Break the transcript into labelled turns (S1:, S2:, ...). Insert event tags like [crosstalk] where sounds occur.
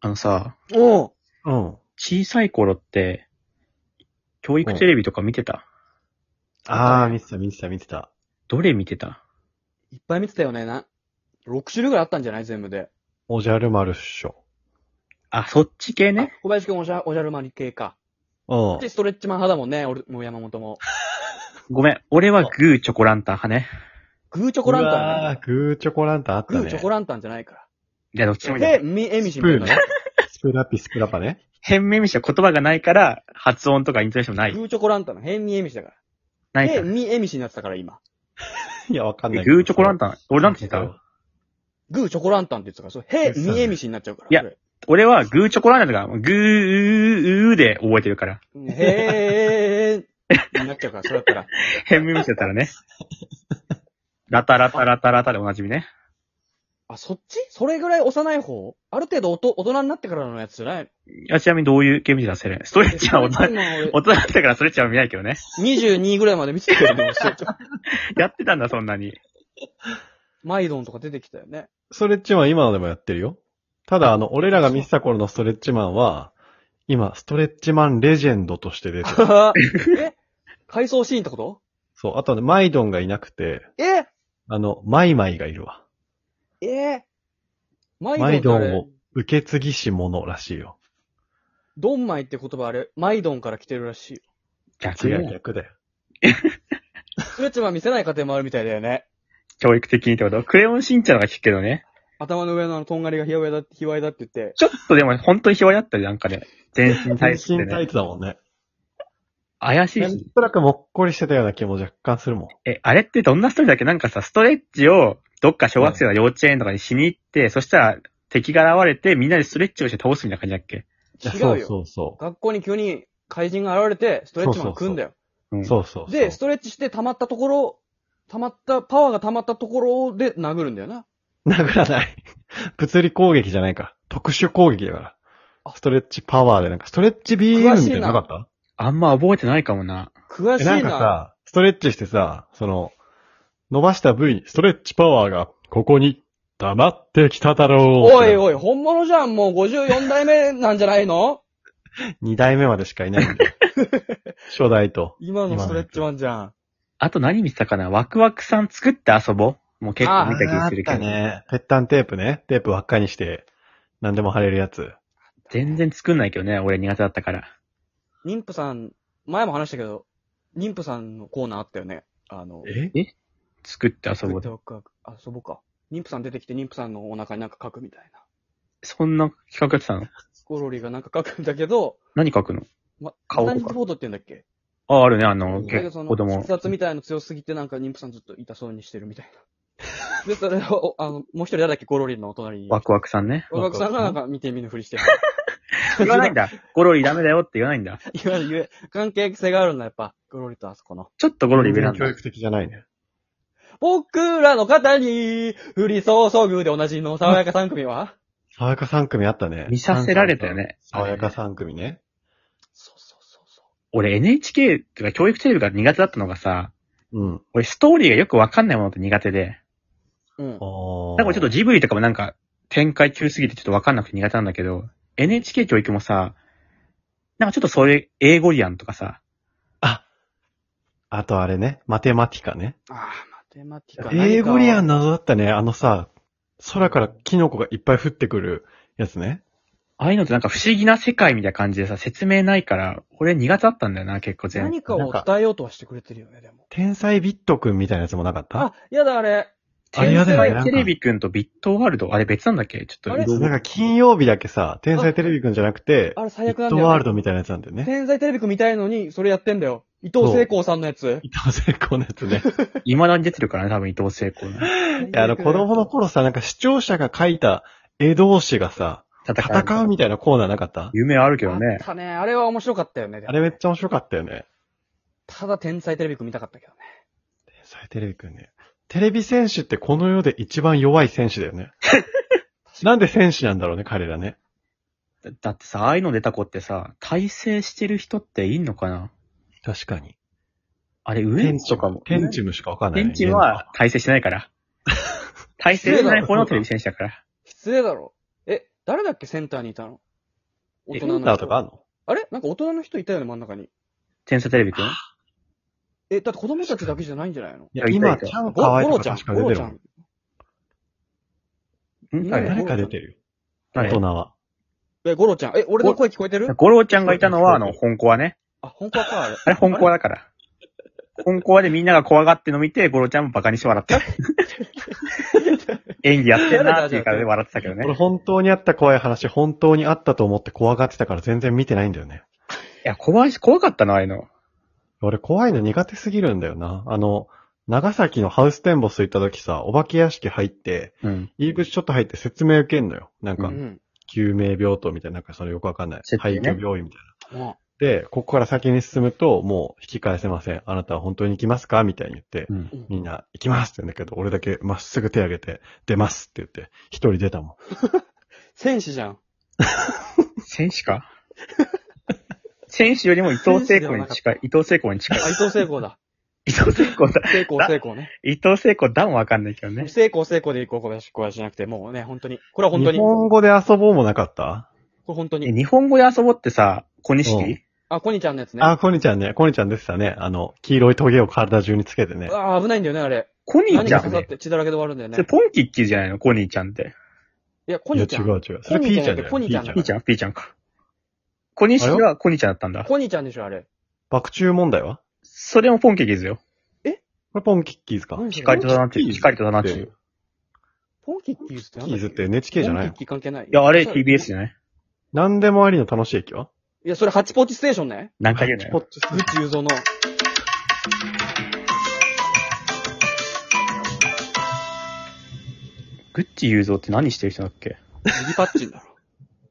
S1: あのさ、
S2: おう
S3: うん。
S1: 小さい頃って、教育テレビとか見てた
S3: あー、見てた、見てた、見てた。
S1: どれ見てた
S2: いっぱい見てたよね。な、6種類ぐらいあったんじゃない全部で。
S3: おじゃる丸っしょ。
S1: あ、そっち系ね。
S2: あ小林くんおじゃ、おじゃるまり系か。
S3: うん。
S2: で、ストレッチマン派だもんね。俺も山本も。
S1: ごめん。俺はグーチョコランタン派ね。
S2: グーチョコランタン
S3: う
S2: だ
S3: わ
S2: ね。
S3: ー、グーチョコランタンあった
S2: グ
S3: ね。
S2: ーチョコランタンじゃないか
S1: いや、どっちも
S2: ら。
S1: いいよ
S2: で、み、えみし
S3: ス
S2: ん
S3: プ
S2: み
S3: ーン
S2: た
S3: ね
S2: い。
S3: スプラピ、スプラパね。
S2: [laughs]
S1: 変面しは言葉がないから、発音とかイントネーションな
S2: な。
S1: い。
S2: グーチョコランタンの変みえみしだか
S1: な
S2: ら。
S1: いか
S2: で、
S1: ら。
S2: みえみしになってたから今。
S3: いや、わかんないけど。
S1: グーチョコランタン。俺なんて言ってた
S2: グーチョコランタンって言ってたから、そう、へ、みえみしになっちゃうから。
S1: いや
S2: それ
S1: 俺はグーチョコランタンだから、グー、うーで覚えてるから。
S2: うんへー、になっちゃうから、それだったら。
S1: 変面しだったら
S2: [laughs]
S1: ね。ラタラタラタラタでおなじみね。
S2: あ、そっちそれぐらい幼い方ある程度おと大人になってからのやつじゃない
S1: いや、ちなみにどういう系見てたストレッチは大人、
S2: ストレッチマン俺
S1: 大人だったからストレッチは見ないけどね。
S2: 22ぐらいまで見てたけどね、そうちょ
S1: やってたんだ、そんなに。
S2: マイドンとか出てきたよ [laughs] ね。
S3: ストレッチマン今でもやってるよ。ただ、あの、俺らが見てた頃のストレッチマンは、今、ストレッチマンレジェンドとして出て
S2: [laughs]
S3: る。
S2: え回想シーンってこと
S3: そう、あとね、マイドンがいなくて、
S2: え
S3: あの、マイマイがいるわ。
S2: えマ
S3: マイ
S2: イ
S3: ド
S2: ドンってあ
S3: ン
S2: れ
S3: を、受け継ぎし者らしいよ。
S2: ドンマイって言葉あれ、マイドンから来てるらしいよ。
S1: 逆
S3: 違
S1: や
S3: う逆だよ。
S2: ストレッチマン見せない家庭もあるみたいだよね。
S1: 教育的にってことクレヨンしんちゃんが聞くけどね。
S2: 頭の上のあの、とんがりが卑猥だって、卑猥だって言って。
S1: ちょっとでも本当に卑猥だったりなんかね。全身
S3: 全
S1: 体操で
S3: 身タ
S1: ね。
S3: イツだもんね。
S1: 怪しい
S3: なん
S1: し。
S3: となくもっこりしてたような気も若干するもん。
S1: え、あれってどんなストーリーだっけなんかさ、ストレッチをどっか小学生の幼稚園とかにしに行って、そしたら敵が現れてみんなでストレッチをして倒すみたいな感じだっけ
S3: いや
S2: 違う
S3: そう
S2: よ。
S3: そうそ
S2: 学校に急に怪人が現れて、ストレッチマンが来んだよ。
S1: う
S3: う。
S1: ん。
S3: そうそうそう。
S2: で、ストレッチして溜まったところ、溜まった、パワーが溜まったところで殴るんだよな。
S3: 殴らない。 [laughs] 物理攻撃じゃないから。特殊攻撃だから
S2: あ。
S3: ストレッチパワーでなんか、ストレッチ BM みたいなのなかっ
S1: あんま覚えてないかもな。
S2: 詳
S3: た
S2: しい
S3: えな
S2: な。
S3: んかさ、ストレッチしてさ、その、伸ばした部位にストレッチパワーがここに溜まってきただろう。
S2: おいおい、本物じゃん。もう54代目なんじゃないの
S3: 二代目までしかいないん
S2: [laughs]
S3: で。初代と。
S2: 今の
S3: の
S2: ス
S3: ス
S2: ト
S3: ト
S2: レ
S3: レ
S2: ッ
S3: ッ
S2: チ
S3: チ
S2: マ
S3: マ
S2: ンじゃん。
S1: あと何見てたかなワクワクさん作って遊ぼうもう結構見た気
S3: あ
S1: が
S3: っ
S1: するけ
S3: た
S1: ど。
S3: ね。ペッタンテープね。テープ輪っかにして、何でも貼れるやつ。
S1: 全然作んないけどね、俺苦手だったから。
S2: 妊婦さん、前も話したけど、妊婦さんのコーナーあったよね。あの、
S3: え
S1: 作って遊ぼ
S2: 作って
S1: う。
S2: ワクワクあ、そぼか。妊婦さん出てきて妊婦さんのお腹になんか書くみたいな。
S1: そんな企画やってたの
S2: スコロリーがなんか書くんだけど、
S1: 何書くの
S2: ま、
S1: 顔とか
S2: マタニティフォードって言うんだっけ
S1: あ、あるね、あ
S2: う
S1: の、
S2: んだけ
S1: 結
S2: どそ
S1: 構
S2: の
S1: 子供。
S2: 自殺みたいの強すぎてなんか妊婦さんずっと痛そうにしてるみたいな。 [laughs] で、それを、あの、もう一人誰だっけゴロリのお隣に。
S1: ワクワクさんね。
S2: ワクワクさんがなんか見て見ぬふりしてる。
S1: [laughs] 言わないん
S2: [laughs]
S1: だ。ゴロリダメだよって言わないんだ。
S2: いわゆる、関係性があるんだ、やっぱ。ゴロリとあそこの。
S1: ちょっとゴロリ上なん
S3: 教
S1: だ。
S3: 育的じゃないね。
S2: 僕らの方に、降り注ぐでおなじみの爽やか3組は
S3: 爽やか3組あったね。
S1: 見させられたよね
S3: 爽やか3組ね。
S2: そうそうそうそう。
S1: 俺 NHK とか教育テレビが苦手だったのがさ、
S3: うん。
S1: 俺ストーリーがよくわかんないものって苦手で、
S2: うん。
S3: おー
S1: なんかちょっとジブリとかもなんか展開急すぎてちょっとわかんなくて苦手なんだけど、NHK 教育もさ、なんかちょっとそれ、英語リアンとかさ、
S3: あ、あとあれね、マテマティカね。
S2: ああ、マテマティカ。
S3: 英語リアン
S2: な。
S3: 謎だったね。あのさ、空からキノコがいっぱい降ってくるやつね。
S1: ああいうのってなんか不思議な世界みたいな感じでさ、説明ないから、俺苦手だったんだよな、結構全部。
S2: 何かを伝えようとはしてくれてるよね、でも。
S3: 天才ビットくんみたいなやつもなかった
S2: あ、やだ、あれ。
S3: あれやだよね
S1: 天才テレビくんとビットワールド、あれ別なんだっけちょっと
S2: あれ
S1: 色
S3: なん
S1: 々。
S3: か金曜日だけさ、天才テレビくんじゃなくて、
S2: あれ最
S3: ビ
S2: 悪な
S3: ッ
S2: んだ
S3: ト
S2: よ、
S3: ワールドみたいなやつなんだよね。
S2: 天才テレビくん見たいのに、それやってんだよ。伊藤聖光さんのやつ。
S3: 伊藤聖子のやつね。
S1: 未だに出てるからね、多分伊藤聖子の。
S2: い
S3: いや、あの子供の頃さ、なんか視聴者が書いた絵同士がさ、
S1: 戦う。
S3: 戦うみたいなコーナーなかった
S1: 夢はあるけど
S2: あっ
S1: ね。
S2: たね。あれは面白かったよね。でも
S3: あれめっちゃ面白かったよね。
S2: ただ天才テレビくん見たかったけどね。
S3: 天才テレビくんね。テレビ選手ってこの世で一番弱い選手だよ
S1: [laughs]
S3: ね。なんで選手なんだろうね、彼らね。
S1: だだってさ、ああいうの出た子ってさ、体制してる人っていんのかな
S3: 確かに。
S1: あれ、ウエンツとかも。
S3: テンチムしかわかんな
S1: テ
S3: い、
S1: ンチは [laughs] 体制してないから。体制してない方のテレビ選手だから。
S2: 失礼だろ。え、誰だっけセンターにいたの大
S1: え
S2: 人
S3: セ
S2: の
S3: ン
S2: 人
S3: ターとかあんの
S2: あれなんか大人の人いたよね、真ん中に。
S1: 天才テレビくん
S2: え、だって子供たちだけじゃないんじゃないの
S3: い
S1: や
S3: や、
S1: い
S3: 今、
S1: たいた
S3: ちゃん
S2: ゴ
S3: かわい
S2: ゴ
S3: い
S2: ロ
S3: と
S2: ちゃ
S3: か
S2: ん
S3: 確、か
S2: ゴロ
S3: 出て
S2: ち
S3: る
S2: ゃ
S3: もん
S2: ん。
S1: ん
S2: ゴロ
S1: 誰
S3: 誰か出てるよ。
S1: 誰
S3: 大人は。
S2: え、ゴロちゃん。え、俺の声聞こえてる
S1: ゴロちゃんがいたのは、あの、本コアね。
S2: あ、本当か、あれ。
S1: あれ、本コアだから。本コアでみんなが怖がっての見て、ゴロちゃんもバカにして笑 [laughs] ってた。演技やってんなっていうからで笑ってたけどね。い
S3: 俺本当にあった怖い話、本当にあったと思って怖がってたから全然見てないんだよね。
S1: や、怖いし、怖かったな、ああいうの。
S3: 俺怖いの苦手すぎるんだよな。あの、長崎のハウステンボス行った時さ、お化け屋敷入って、
S1: うん。
S3: 入り口ちょっと入って説明受けんのよ。なん
S2: う
S3: か、
S2: ん。
S3: 救命病棟みたいな、なんかそれよくわかんない。
S1: 設定
S3: 廃
S1: ね
S3: 墟病院みたいな。
S2: ま
S3: で、ここから先に進むと、もう引き返せません。あなたは本当に行きますかみたいに言って、
S1: うん。
S3: みんな行きますって言うんだけど、俺だけまっすぐ手挙げて、出ますって言って、一人出たもん。
S2: あ、戦士じゃん。
S1: 選手か選手よりも伊藤聖子に近い。伊藤聖子に近い。
S2: あ、伊藤聖光だ。
S1: 伊藤聖子だ。
S2: 聖光、聖光ね。
S1: 伊藤聖子だもわかんないけどね。
S2: 聖光、聖光で行こう、小林、小林じゃなくて、もうね、本当に。これは本当に。
S3: 日
S2: こ
S3: 本語で遊ぼうもなかった、
S2: れ本当
S1: え
S2: に。
S1: 日本語で遊ぼうってさ、小錦、
S3: うん
S2: あ、コニちゃんのやつね。
S3: あ、コニちゃんね、コニちゃんでしたね。あの、黄色いトゲを体中につけてね。
S2: あ、危ないんだよね、あれ。
S1: コニー
S2: 何
S1: ちゃ
S2: が
S1: ん、
S2: 刺さって血だらけで終わるんだよ
S1: それ
S2: ね。
S1: ポンキッキーじゃないのコニーちゃんって。
S2: いや、コ
S3: いや、
S2: ニ
S3: 違
S2: ちゃん。
S3: う違う。それピーちゃんだよ。
S2: コニちゃんじゃな
S1: ピー
S2: い
S1: ちゃんピーちゃんか。小錦はコニーちゃんだったんだ。
S2: コニちゃんでしょ、あれ。
S3: 爆中問題は
S1: それもポンキッキーですよ。
S3: これポンキッキーズか。
S2: 何それ
S1: 光と七つ、
S3: キーズ
S1: 光と七つ。い
S2: ポンキッキーズって
S3: キ
S2: なんだ
S3: ー
S2: っ
S3: ズっ
S2: け
S3: て NHK じゃない
S2: ポン
S3: の
S2: キッキー関係ない。い
S1: や、あれ TBS じゃない
S3: 何でもありの楽しい駅はい
S2: や、それハチポッチステーション
S3: [laughs]
S2: ね。
S1: 何回言うの
S3: ポ
S1: よ。
S3: ッチ
S2: グッチ雄三の。
S1: グッチ雄三って何してる人だっけ
S2: 右パッチンだろ。